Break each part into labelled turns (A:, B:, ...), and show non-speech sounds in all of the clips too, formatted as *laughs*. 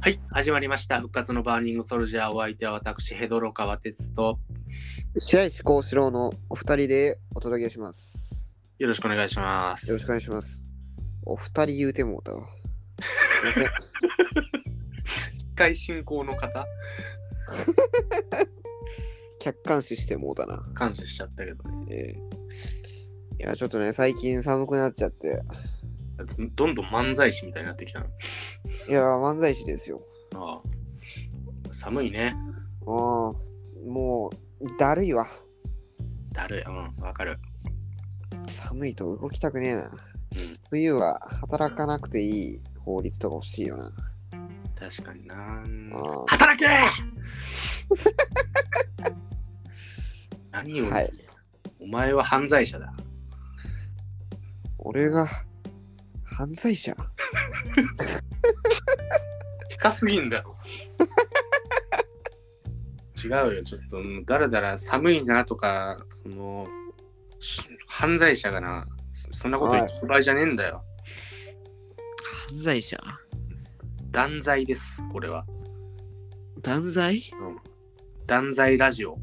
A: はい、始まりました。復活のバーニングソルジャー。お相手は私、ヘドロ川哲と、
B: 白石幸四郎のお二人でお届けします。
A: よろしくお願いしま
B: よろ
A: す。
B: しくお願いします。お二人言うてもうたわ。 *laughs* すいません
A: 一回進行の方、
B: 客観視してもうたな。
A: 感謝しちゃったけどね。
B: ええいや、ちょっとね、最近寒くなっちゃって。
A: どんどん漫才師みたいになってきたの。
B: いや、漫才師ですよ。
A: ああ寒いね。
B: ああ、もう、だるいわ。
A: だるい。うん、わかる。
B: 寒いと動きたくねえな。
A: うん、
B: 冬は働かなくていい法律とか欲しいよな。
A: 確かにな。
B: ああ
A: 働
B: *laughs*
A: け何を、
B: はい
A: お前は犯罪者だ。
B: 俺が、犯罪者
A: 深すぎんだろ。違うよ、ちょっと、うんだらだら寒いなとか、その、し犯罪者がな、そそんなこと言ってる場合じゃねえんだよ。
B: 犯罪者
A: 断罪です、これは。
B: 断罪
A: 断罪ラジオ。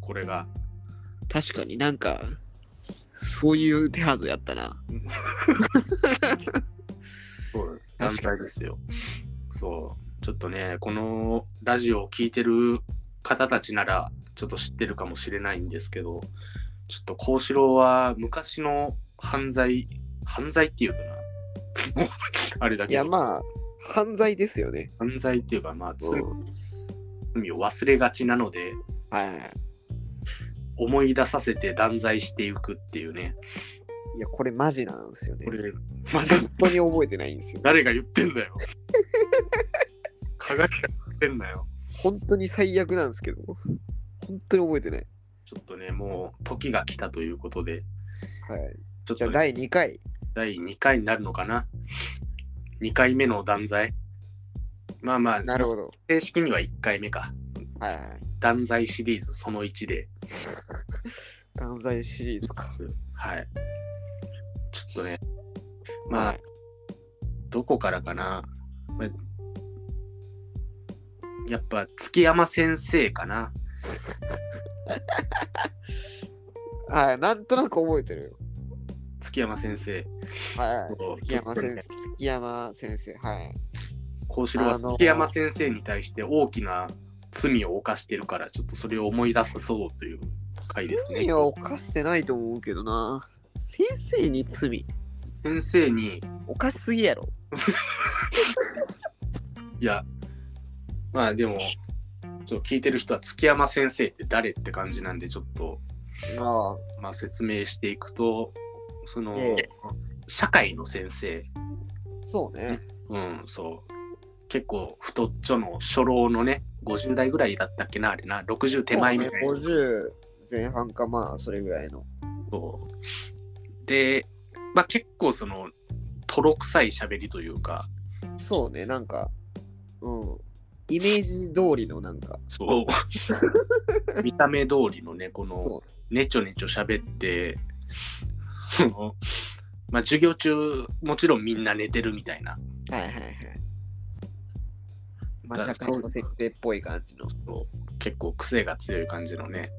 A: これが。
B: 確かになんか、そういう手はずやったな。
A: そう断罪ですよ。そう。ちょっとね、このラジオを聞いてる方たちなら、ちょっと知ってるかもしれないんですけど、ちょっと幸四郎は昔の犯罪、犯罪っていうかな。 *laughs* もうあれだ
B: い
A: け
B: や、
A: ど、
B: まあ、犯罪ですよね。
A: 犯罪っていうか、まあ罪、
B: うん
A: 罪を忘れがちなので、
B: はいはい。
A: 思い出させて断罪していくっていうね。
B: いや、これマジなんですよね
A: こ。れ、マジ
B: 本当に覚えてないんですよ。
A: 誰が言ってんだよ。 *laughs* 鏡が言ってんだよ。
B: 本当に最悪なんですけど。本当に覚えてない。
A: ちょっとね、もう時が来たということで、
B: はい。
A: ちょっ
B: じ
A: と
B: ゃあ、
A: ね
B: 第2回。
A: 第2回になるのかな。2回目の断罪。まあまあ、
B: なるほど。
A: 正式には1回目か。
B: はいはい。
A: 断罪シリーズその1で。
B: 断罪シリーズか。
A: はい。ちょっとね、まあ、
B: はい
A: どこからかな。まあやっぱ、月山先生かな。
B: はい、なんとなく覚えてるよ。
A: 月山先生。
B: はいはい
A: そう。
B: 月山
A: ちょっ
B: 先
A: とね
B: 生。月山先生。はい。
A: こうしろは
B: あのー
A: 月山先生に対して大きな罪を犯してるから、ちょっとそれを思い出さそうという回ですね。
B: 罪は犯してないと思うけどな。先生に罪。
A: 先生に、
B: 犯しすぎやろ。
A: いや、まあでも、ちょっと聞いてる人は月山先生って誰って感じなんで、ちょっと、
B: ああ。
A: まあ、説明していくと、その、
B: ええ
A: 社会の先生、
B: そうね。
A: うん、そう。結構太っちょの初老のね、50代ぐらいだったっけな、あれな、60手前みたいな。
B: 50前半か、まあ、それぐらいの。
A: そうで、まあ結構その、とろくさい喋りというか、
B: そうね、なんか、うん。イメージ通りのなんか、 *laughs*
A: そう。見た目通りのね、この
B: そ、
A: ねちょねちょ喋って、その、まあ授業中、もちろんみんな寝てるみたいな。
B: はいはいはい。まあ、
A: だ
B: 社
A: から
B: 会の設定っぽい感じの。
A: そう結構癖が強い感じのね。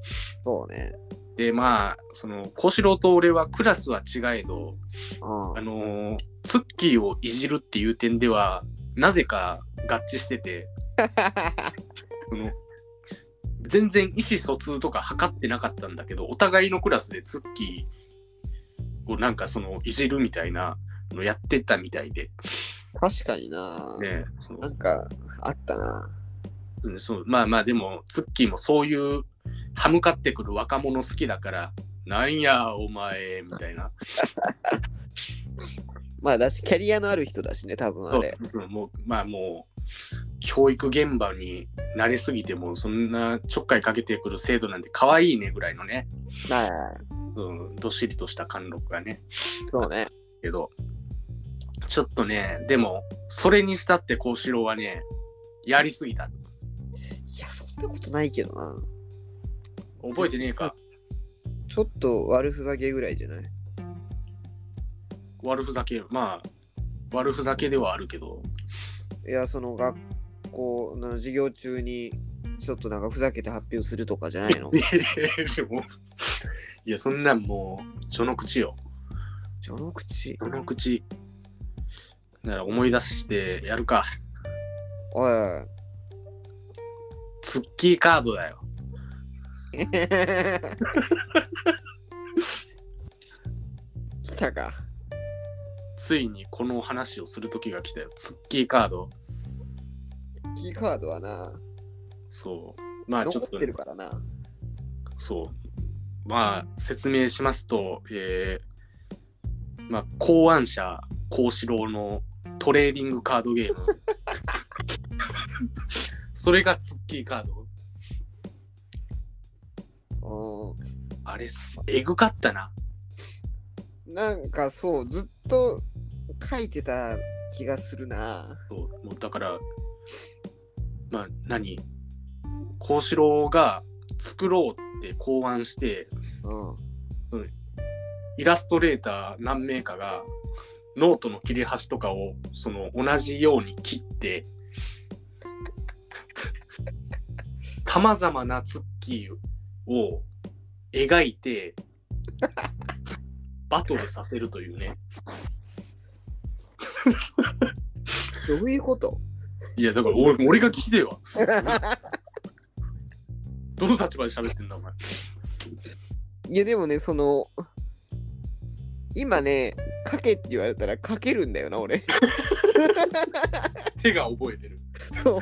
B: そうね。
A: で、まあ、その、小四郎と俺はクラスは違えど、
B: うん
A: あ。
B: *laughs*
A: のーツッキーをいじるっていう点では、なぜか合致してて、その全然意思疎通とか測ってなかったんだけどお互いのクラスでツッキーをなんかそのいじるみたいなのやってたみたいで、
B: 確かにな、
A: ねその
B: なんか、あったな。
A: うんそうまあまあでもツッキーもそういう歯向かってくる若者好きだからなんやお前みたいな
B: まあ、だし、キャリアのある人だしね、多分あれ。
A: そううんもうまあもう教育現場に慣れすぎてもうそんなちょっかいかけてくる制度なんて可愛いねぐらいのね、
B: はいはい。
A: うん、どっしりとした貫禄がね
B: そうね。
A: けど、ちょっとね、でも、それにしたって幸四郎はね、やりすぎた。
B: いや、そんなことないけどな。
A: 覚えてねえか。
B: ちょっと悪ふざけぐらいじゃない
A: 悪ふざけ、まあ、悪ふざけではあるけど、 *laughs*
B: いや、その学校の授業中に、ちょっとなんかふざけて発表するとかじゃないの
A: でもいや、そんなんもう、序の口よ。
B: 序の口。
A: 序の口。なら思い出してやるか。 *laughs*
B: おいおい。
A: ツッキーカードだよ。
B: 来たか。
A: ついにこの話をする時が来たよ。ツッキーカード。
B: キーカードはな、
A: そう。まあ、ちょ
B: 残
A: っと
B: っ、てるからな。
A: そう。まあ、説明しますと、えーまあ、考案者、幸四郎のトレーディングカードゲーム。それがツッキーカード。
B: お
A: あれす、えぐかったな。
B: なんかそう、ずっと書いてた気がするな。
A: そうもうだから、まあ、何幸四郎が作ろうって考案して、
B: うん。
A: イラストレーター何名かがノートの切れ端とかをその同じように切って *laughs* さまざまなツッキーを描い *laughs* てバトルさせるというね
B: どういうこと
A: いやだから俺俺が聞きてえわ *laughs* どの立場で喋ってんだお前
B: いや、でもね、その、今ね、書けって言われたら書けるんだよな、俺。
A: 手が覚えてる
B: そう。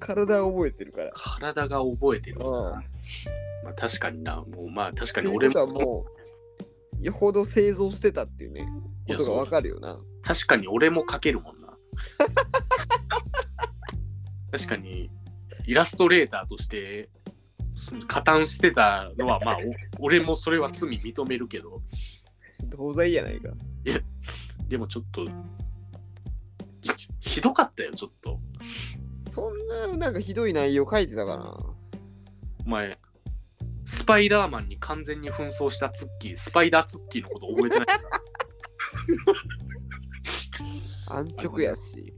B: 体覚えてるから。
A: 体が覚えてるな
B: うん
A: まあ確かになもうまあ確かに
B: という
A: 俺
B: ことはもう、よほど製造してたっていうね、
A: いや
B: ことが
A: そう
B: わかるよな。
A: 確かに俺も描けるもんな。確かにイラストレーターとしてその加担してたのはまあお俺もそれは罪認めるけど
B: 同罪やないか。
A: でもちょっとひひどかったよちょっと
B: そんな、なんかひどい内容書いてたかな。
A: お前スパイダーマンに完全に紛争したツッキースパイダーツッキーのこと覚えてないから
B: 安直やし。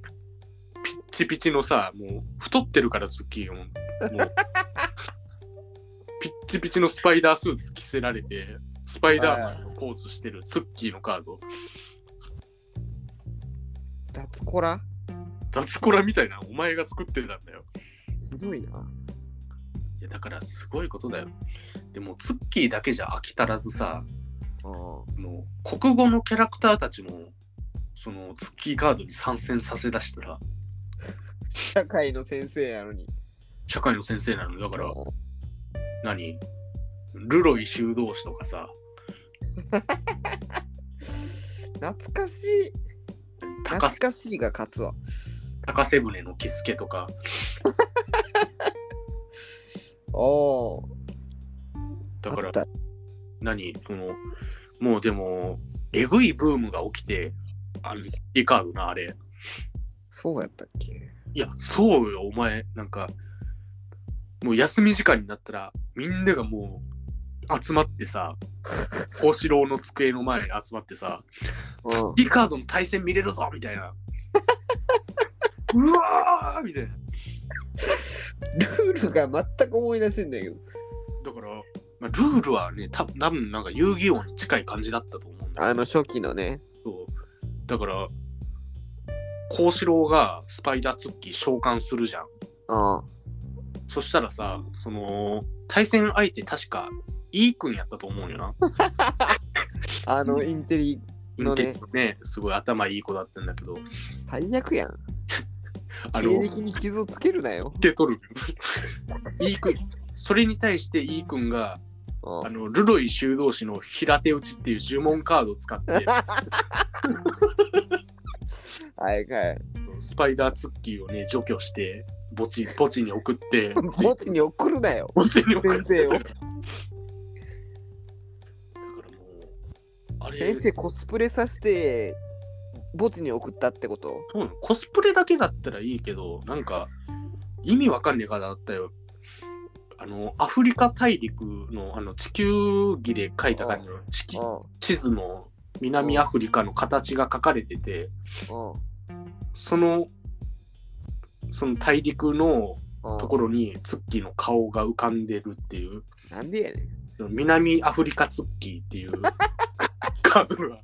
A: ピッチピチのさもう太ってるからツッキーもうもうピッチピチのスパイダースーツ着せられてスパイダーマンポーズしてるツッキーのカード
B: 雑コラ
A: 雑コラみたいなお前が作ってたんだよ
B: ひどいな。
A: いやだからすごいことだよでもツッキーだけじゃ飽き足らずさ
B: うん
A: もう国語のキャラクターたちもそのツッキーカードに参戦させだしたら
B: 社会の先生やのに。
A: 社会の先生なのだから
B: うん
A: 何ルロイ修道士とかさ
B: 懐かしい。
A: 高
B: 懐
A: 瀬
B: かしいが勝つわ。
A: 高瀬船のキスケとか
B: おお。
A: だから
B: あった
A: 何そのもうでもえぐいブームが起きてあのいかうなあれ
B: そうやったっけ
A: いやそうよお前なんかもう休み時間になったらみんながもう集まってさ幸四郎の机の前に集まってさ
B: うん。
A: いいカードの対戦見れるぞみたいな *laughs* うわーみたいな
B: ルールが全く思い出せんだけど。
A: だから、まあ、ルールはねた多分なんか遊戯王に近い感じだったと思うんだけど
B: あの初期のね。
A: そうだから幸四郎がスパイダーツッキー召喚するじゃん
B: うん。
A: そしたらさその対戦相手確かイー君やったと思うよな
B: あの、インテリ、
A: インテリのねすごい頭いい子だったんだけど
B: 最悪やん。
A: あ
B: 経
A: の
B: 歴に傷をつけるなよ。
A: 受け取る *laughs* イー君それに対してイー君が
B: うん
A: あのルロイ修道士の平手打ちっていう呪文カードを使
B: *laughs*
A: って
B: はいはい。 *laughs*
A: スパイダーツッキーをね除去して墓地墓地に送って
B: 墓地に送るなよ。
A: 先生
B: 先生を
A: だからもう、あれ、
B: 先生コスプレさせて、墓地に送ったってこと
A: そうなのコスプレだけだったらいいけど、なんか、意味わかんねえからだったよ。あの、アフリカ大陸のあの地球儀で書いた感じの地球
B: うん
A: 地図の南アフリカの形が書かれてて、
B: うん
A: その、その大陸の
B: うん
A: ところにツッキーの顔が浮かんでるっていう、
B: なんでやねん
A: 南アフリカツッキーっていう *laughs* カードが。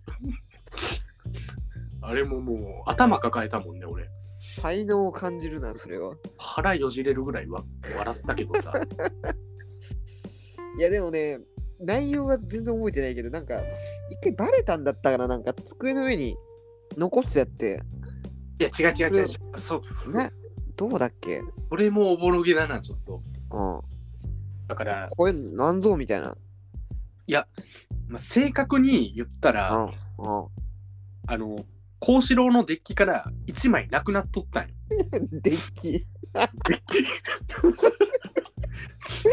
A: あれももう頭抱えたもんね、俺。
B: 才能を感じるなそれは
A: 腹よじれるぐらいわ笑ったけどさ。
B: いやでもね内容は全然覚えてないけどなんか一回バレたんだったからなんか机の上に残してやって
A: いや、違う違う違う違う。そう、
B: などうだっけうん
A: これもおぼろげだな、ちょっと。だから、
B: これなんぞみたいな
A: まあ、正確に言ったら、
B: うんうん
A: あの、幸四郎のデッキから1枚なくなっとったんよ。
B: デッキ。
A: デッキ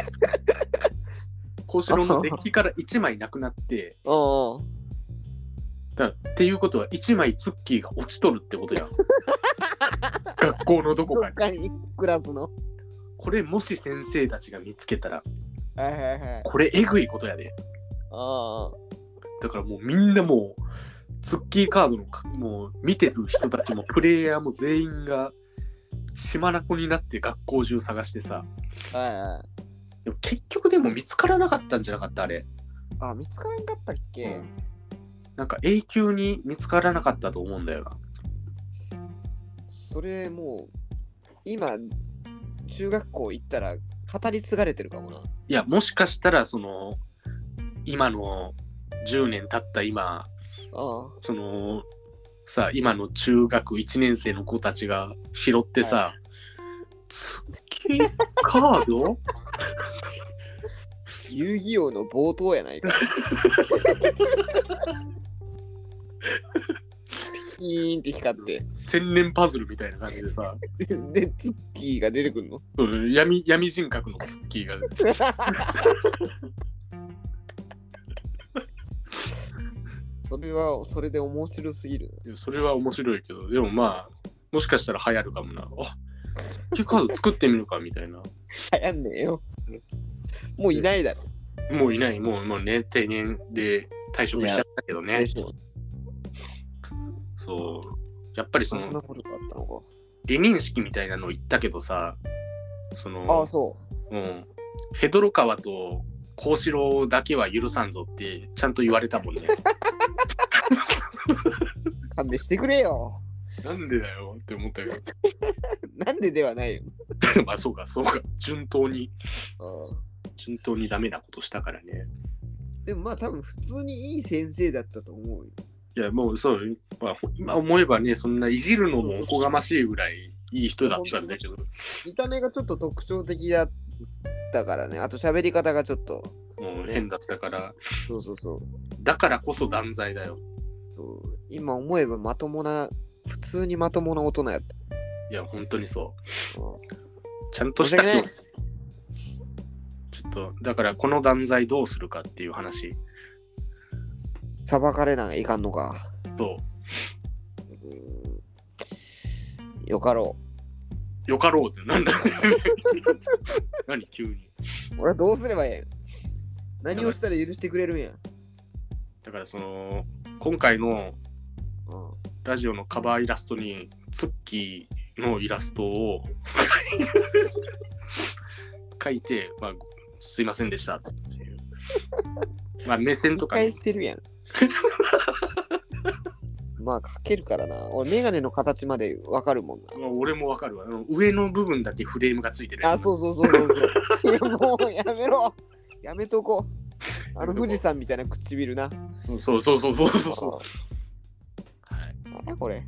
A: *laughs* 幸四郎のデッキから1枚なくなって、
B: あ
A: だからっていうことは1枚ツッキーが落ちとるってことやん。学校のど
B: あ。
A: こ
B: ど
A: か
B: っ
A: に。
B: かにクラスの。
A: これもし先生たちが見つけたら、
B: はいはいはい。
A: これえぐいことやで。
B: あ
A: だからもうみんなもう、ツッキーカードのかもう見てる人たちもプレイヤーも全員が血眼になって学校中探してさ、
B: あ。はいはい。
A: でも結局でも見つからなかったんじゃなかったあれ。
B: あ、見つからんかったっけ、
A: なんか永久に見つからなかったと思うんだよな。
B: それもう、今、中学校行ったら語り継がれてるかもな。
A: いや、もしかしたらその、今の10年経った今、
B: あ
A: その、さ、今の中学1年生の子たちが拾ってさ、ツッキーカード *laughs*
B: 遊戯王の冒頭やないか。ピキーンって光 *laughs* って。
A: 千年パズルみたいな感じでさ、
B: で、ツッキーが出てくんの
A: うん闇闇人格のツッキーが。
B: それは、それで面白すぎる
A: いやそれは面白いけど、でもまあ、もしかしたら流行るかもな。あツッキーカード作ってみるかみたいな。
B: な。流行んねえよ。もういないだろ。
A: もういない、もうもうね、定年で退職しちゃったけどね。そう。やっぱりそ
B: そん
A: の
B: なことがあったの
A: 離任式みたいなの言ったけどさ、その、
B: か。ああ、そ
A: うん、ヘドロ川と幸四郎だけは許さんぞってちゃんと言われたもんね。
B: う。勘弁してくれよ。
A: *laughs*
B: *laughs*
A: なんでだよって思ったけ
B: なんでではないよ。
A: ど、 *laughs* まあそうか、そうか、順当に。
B: う
A: 順当にダメなことしたからね。
B: んでもまあ多分普通にいい先生だったと思うよ。
A: いや、もうそう、まあ、ほ今思えばね、そんないじるのもおこがましいぐらいいい人だったんだけど、
B: 見た目がちょっと特徴的だったからね。あと喋り方がちょっと。
A: もう変だったから、
B: そうそうそう。
A: だからこそ断罪だよ。
B: そう今思えばまともな、普通にまともな大人やっ
A: いや、本当にそう。
B: た。うん
A: ちゃんとした
B: 申し訳
A: ちょっと、だからこの断罪どうするかっていう話。
B: 裁かれないいかんのか。
A: そう。
B: うんよかろ
A: よかろうってなんだ *laughs* 何急に。
B: う。俺はどうすればええん何をしたら許してくれるんや。
A: だからその、今回の
B: うん
A: ラジオのカバーイラストに、ツッキーのイラストを *laughs* 書いて、まあ、すいませんでしたっていう。まあ、目線と
B: 理
A: かね、
B: 解してるや *laughs* ん。まあ、かけるからな。俺、メガネの形までわかるもん
A: まあ俺もわかるわ。あの上の部分だけフレームがついてる
B: な。
A: や
B: あ、
A: つ。
B: そうそうそうそうそう。い *laughs* や、もうやめろ。やめとこう。あの富士山みたいな唇な。
A: そうそうそうそうそうそう。はい。
B: なんやこれ。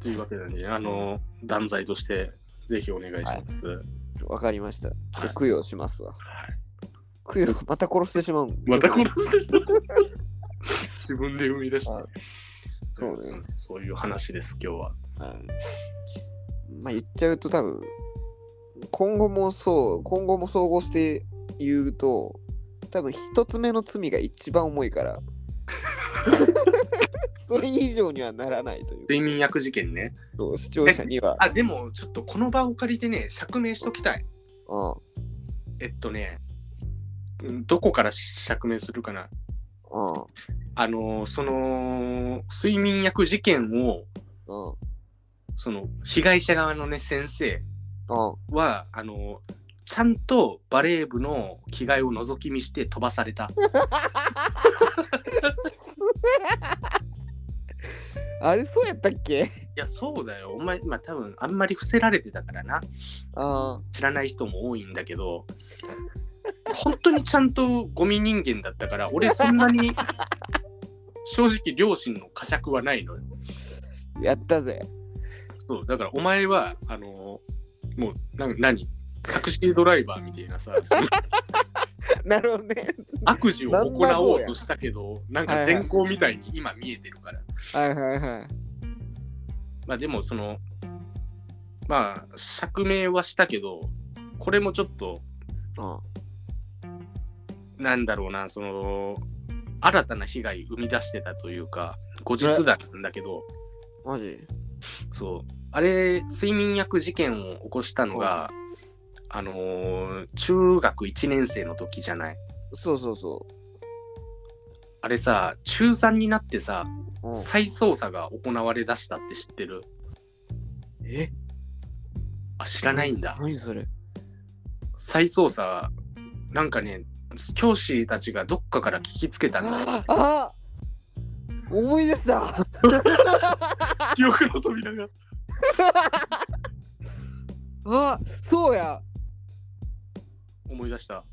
A: というわけなんで、あの、断罪として、ぜひお願いします。はい。
B: わかりました。
A: はい
B: 供養しますわ。供養、また殺してしまうん。
A: また殺してしまった。自分で生み出した。
B: はいそうね
A: ん。そういう話です、今日は。
B: はいまあ、言っちゃうと多分、今後もそう、今後も総合して言
A: *laughs*
B: うと、多分一つ目の罪が一番重いから。それ以上にはならないという
A: 睡眠薬事件ね。
B: そう視聴者には。
A: あ、でも、ちょっとこの場を借りてね、釈明しときたい。
B: うん
A: えっとね、うんどこから釈明するかな。
B: うん
A: あのーその、睡眠薬事件を、
B: うん
A: その、被害者側のね、先生
B: うん
A: は、あのーちゃんとバレー部の着替えを覗き見して飛ばされた。
B: あれそうやったっけ
A: いや、そうだよ。お前、まあ多分、あんまり伏せられてたからな。
B: あ
A: 知らない人も多いんだけど、本当にちゃんとゴミ人間だったから、俺そんなに、正直両親の呵責はないのよ。
B: あ *laughs* やったぜ *laughs*
A: そう、だからお前は、あのもう、な何タクシードライバーみたいな *laughs* さ、その
B: なるほどね *laughs*
A: 悪事を行おうとしたけど、なんか善行みたいに今見えてるから。
B: はいはいはい
A: まあでもそのまあ釈明はしたけどこれもちょっと
B: うん
A: なんだろうなその新たな被害生み出してたというか後日談なんだけど
B: マジ
A: そうあれ睡眠薬事件を起こしたのがあのー中学1年生の時じゃない
B: そうそうそ
A: あれさ中3になってさ
B: う、うん、
A: 再捜査が行われだしたって知ってる
B: え
A: あ知らないんだ
B: 何それ
A: 再捜査なんかね教師たちがどっかから聞きつけたんだ
B: *laughs* ああ思い出した *laughs*
A: 記憶の扉が。
B: あそうや
A: 思い出した。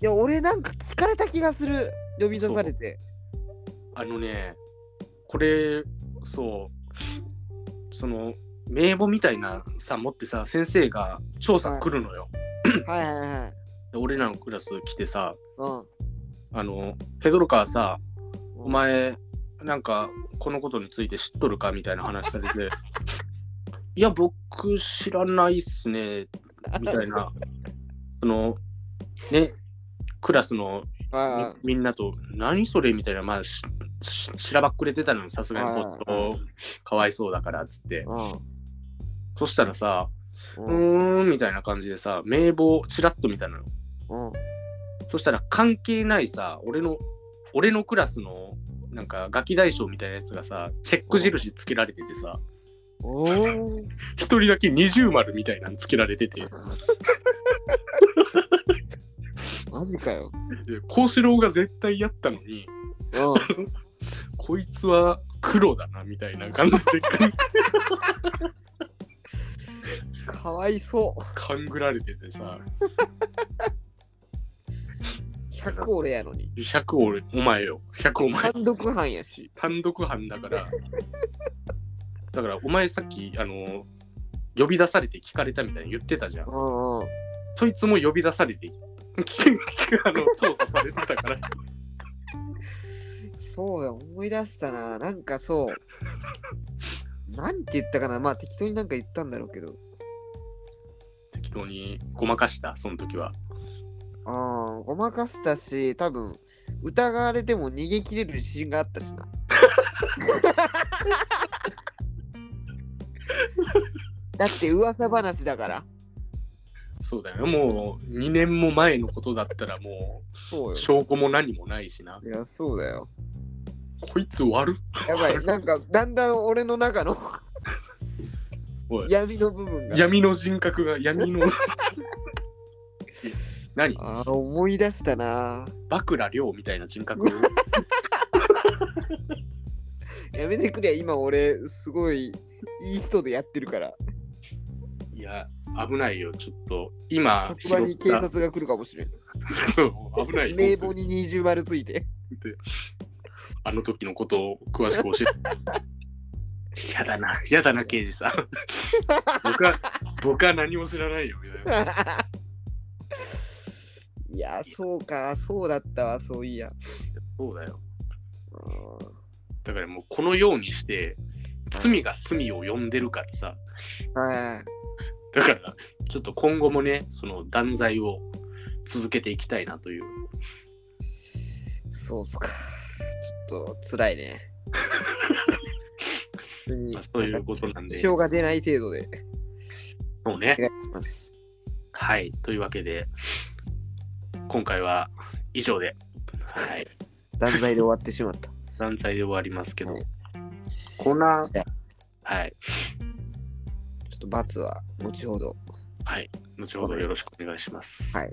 B: いや俺なんか聞かれた気がする呼び出されて
A: あのね、これ、そう、その、名簿みたいなさ、持ってさ、先生が調査来るのよ。
B: はいはいはい
A: で俺らのクラス来てさ、
B: うん
A: あの、ヘドロカーさ、お
B: お
A: 前、なんか、このことについて知っとるかみたいな話されて、 *laughs* いや、僕、知らないっすね、みたいな、その、ね、クラスの
B: は
A: みみんなと「何それ?」みたいなまあしししらばっくれてたのにさすがにこっ
B: うん
A: とかわいそうだからっつって
B: いはい
A: そしたらさ「う
B: うんうん
A: ーん」みたいな感じでさ名簿をチラッと見たのよ
B: うん
A: そしたら関係ないさ俺の俺のクラスのなんかガキ大将みたいなやつがさチェック印つけられててさ
B: おー
A: 一人だけ二重丸みたいなのつけられてて
B: マジかよ
A: で幸四郎が絶対やったのに
B: うん
A: こいつは黒だなみたいな感じで勘
B: かわいそ
A: *laughs* 勘ぐられててさ
B: う100俺やのに
A: 100俺お前よ100お前
B: 単独犯やし
A: 単独犯だからだからお前さっきあの呼び出されて聞かれたみたいに言ってたじゃん
B: うんうん
A: そいつも呼び出されて聞あの調査されてたから
B: そうや思い出したななんかそう
A: *laughs*
B: なんて言ったかなまあ適当になんか言ったんだろうけど
A: 適当にごまかしたその時は
B: ああごまかしたし多分疑われても逃げ切れる自信があったし
A: *laughs*
B: なだって噂話だから
A: そうだよねもう2年も前のことだったらも
B: そう
A: う
B: よ
A: 証拠も何もないしない
B: やそうだよ
A: こいつ悪っ
B: やばいなんかだんだん俺の中の
A: おい
B: 闇の部分が
A: 闇の人格が闇の *laughs* いや何
B: あー思い出したな
A: バクラ亮みたいな人格
B: やめてくれ今俺すごいいい人でやってるから
A: いや危ないよちょっと今
B: 職場に
A: 拾
B: 警
A: った
B: 察が来るかもしれん
A: そう、危ないよ。
B: 名簿に二重丸ついて
A: あの時のことを詳しく教
B: *laughs*
A: えて。嫌だな、嫌だな、刑事さん。僕は、僕は何も知らないよ、みたいな。
B: いやそうかそうだったわそういや
A: そうだよ。
B: うん
A: だからもう、このようにして、罪が罪を呼んでるからさ。
B: はい
A: だから、ちょっと今後もね、その断罪を続けていきたいなという。 *laughs*
B: そうっすかちょっと辛いね当に
A: まあ、そういうことなんで
B: 支障が出ない程度で
A: そうね
B: お願いします。
A: はいというわけで今回は以上ではい
B: 断罪で終わってしまった。
A: 残罪で終わりますけど、
B: はい
A: こんなはい
B: ちょっと罰は後ほど。
A: はい後ほどよろしくお願いします
B: はい。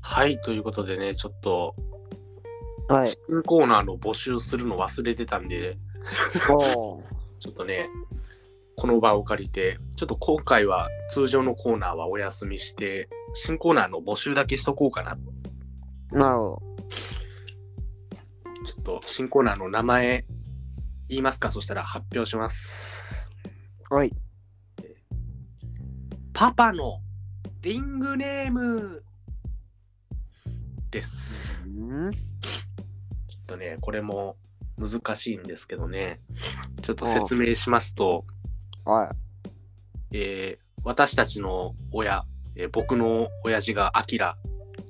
A: はい、ということでねちょっと
B: はい。
A: 新コーナーの募集するの忘れてたんで
B: おー
A: ちょっとね、この場を借りて、ちょっと今回は通常のコーナーはお休みして、新コーナーの募集だけしとこうかな。ち
B: なるほ
A: ょっと新コーナーの名前言いますかそしたら発表します。
B: ど。はい。
A: パパのリングネームです。
B: うん
A: ちょっとね、これも難しいんですけどね、ちょっと説明しますと、
B: は
A: えー私たちの親、えー僕の親父がアキラ、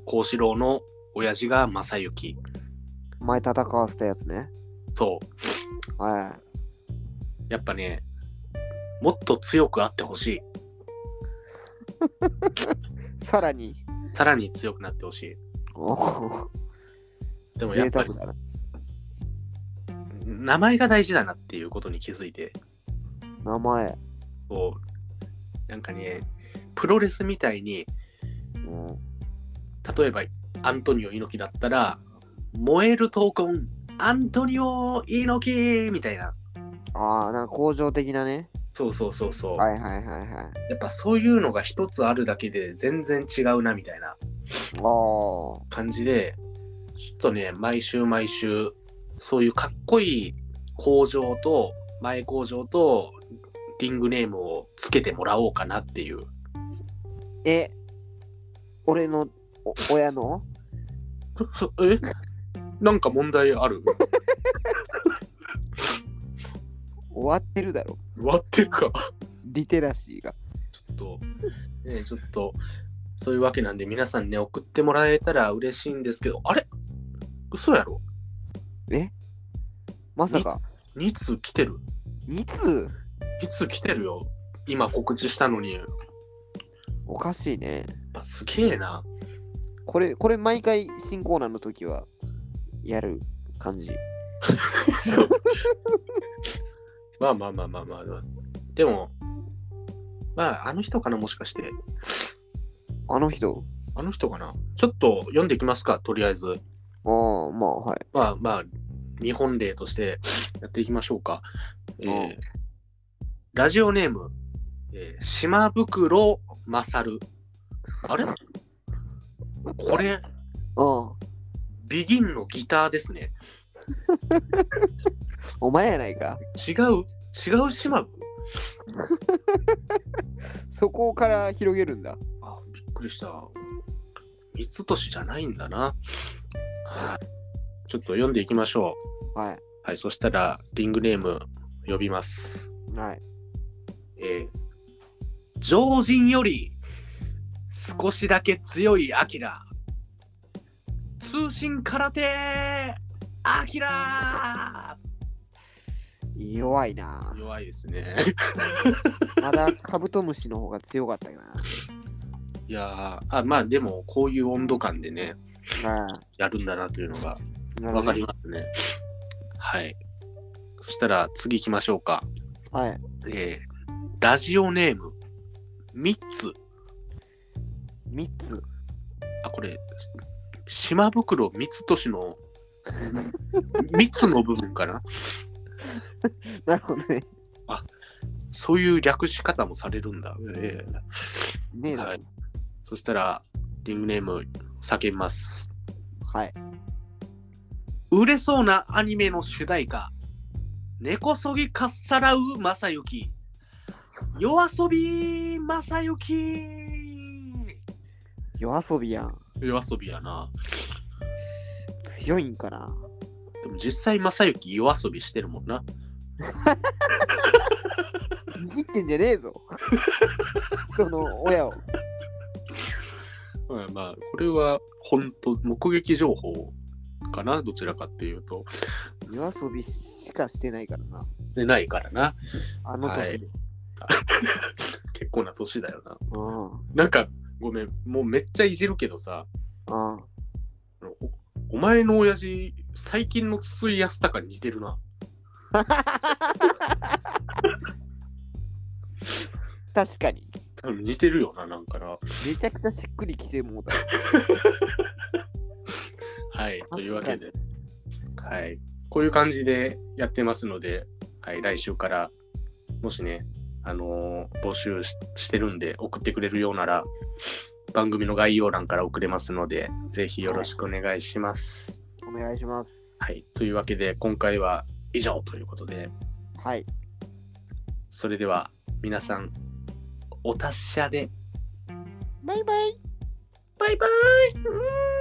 A: 幸四郎の親父が正幸
B: い。前戦わせたやつね。
A: と、
B: は
A: やっぱね、もっと強くあってほしい。
B: い。さらに。
A: さらに強くなってほし
B: おー
A: い。でもやっ
B: 贅
A: ぱ
B: 沢
A: り、
B: だな。
A: 名前が大事だなっていうことに気づいて、
B: 名前。
A: こう、なんかね、プロレスみたいに、
B: うん
A: 例えばアントニオ猪木だったら、燃える闘魂、アントニオ猪木みたいな。
B: ああ、なんか向上的なね。
A: そうそうそうそう。
B: はいはいはいはい。
A: やっぱそういうのが一つあるだけで全然違うなみたいな
B: ああ。
A: 感じで、ちょっとね、毎週毎週、そういうかっこいい工場と、前工場と、リングネームをつけてもらおうかなっていう。
B: え、俺のお親の
A: *laughs* えなんか問題ある
B: 終わってるだろ。
A: 割ってるか。
B: リテラシーが。
A: ちょっと、ね、ちょっと、そういうわけなんで、皆さんね、送ってもらえたら嬉しいんですけど、あれ嘘やろ
B: えまさか、
A: ?2 通来てる
B: 2通
A: いつ来てるよ今告知したのにやっ
B: おかしいね。
A: ぱすげえな
B: これ、これ毎回新コーナーの時はやる感じ。
A: まあまあまあまあまあでもまああの人かなもしかして
B: あの人
A: あの人かなちょっと読んでいきますかとりあえず
B: ああ、まあはい。
A: まあまあ日本例としてやっていきましょうか、えー
B: うん
A: ラジオネーム、えー島袋まさるあれこれ
B: うん。
A: ビギンのギターですね
B: お前やないか。
A: 違う違う島袋
B: そこから広げるんだ。
A: あ、びっくりした。三つ年じゃないんだな。はい。ちょっと読んでいきましょ
B: は
A: う。はい、そしたら、リングネーム呼びます。
B: い。はい。
A: えー、常人より少しだけ強いアキラ。通信空手アキラ
B: 弱いな。
A: 弱いですね。
B: まだカブトムシの方が強かったか
A: *laughs* いやーあ、まあでも、こういう温度感でね、
B: な。は
A: やるんだなというのが
B: い。
A: わかりますね。はい。そしたら次行きましょうか。
B: す。はい。
A: えーラジオネーム、ミッツ。
B: 3つ。
A: あ、これ、島袋三つ年の、三つの部分かな
B: なるほどね。
A: そういう略し方もされるんだ。え
B: ねえ
A: ー
B: な。は
A: はいい。。そしたら、リングネーム、叫びます。売れそうなアニメの主題歌、根こそぎかっさらう正幸、夜遊び正幸。
B: 夜遊びやん。
A: 夜遊びやな。
B: 強いんかな。
A: でも実際正幸夜遊びしてるもんな。
B: 握ってんじゃね
A: *laughs*
B: えぞ。その親を。
A: まあまあ、これは本当目撃情報かな、どちらかっていうと。
B: 夜遊びしかしてないからな。
A: でないからな。
B: あの
A: は
B: 年
A: い
B: で。
A: 結構な年だよな。
B: うん。
A: なんか、ごめん、もうめっちゃいじるけどさ、
B: うん。
A: あのおお前の親父、最近の筒井康隆に似てるな。
B: 確かに。
A: 多分似てるよな、なんかな。
B: めちゃくちゃしっくりきてもうた。
A: はい、というわけで
B: 確、
A: はい、こういう感じでやってますので、はい、来週から、もしね、あのー募集ししてるんで、送ってくれるようなら、番組の概要欄から送れますので、ぜひよろしくお願いします。
B: お願いします。
A: はい、というわけで、今回は以上ということで、
B: はい。
A: それでは皆さん、お達者で、
B: バイバイ。
A: バイバイうーん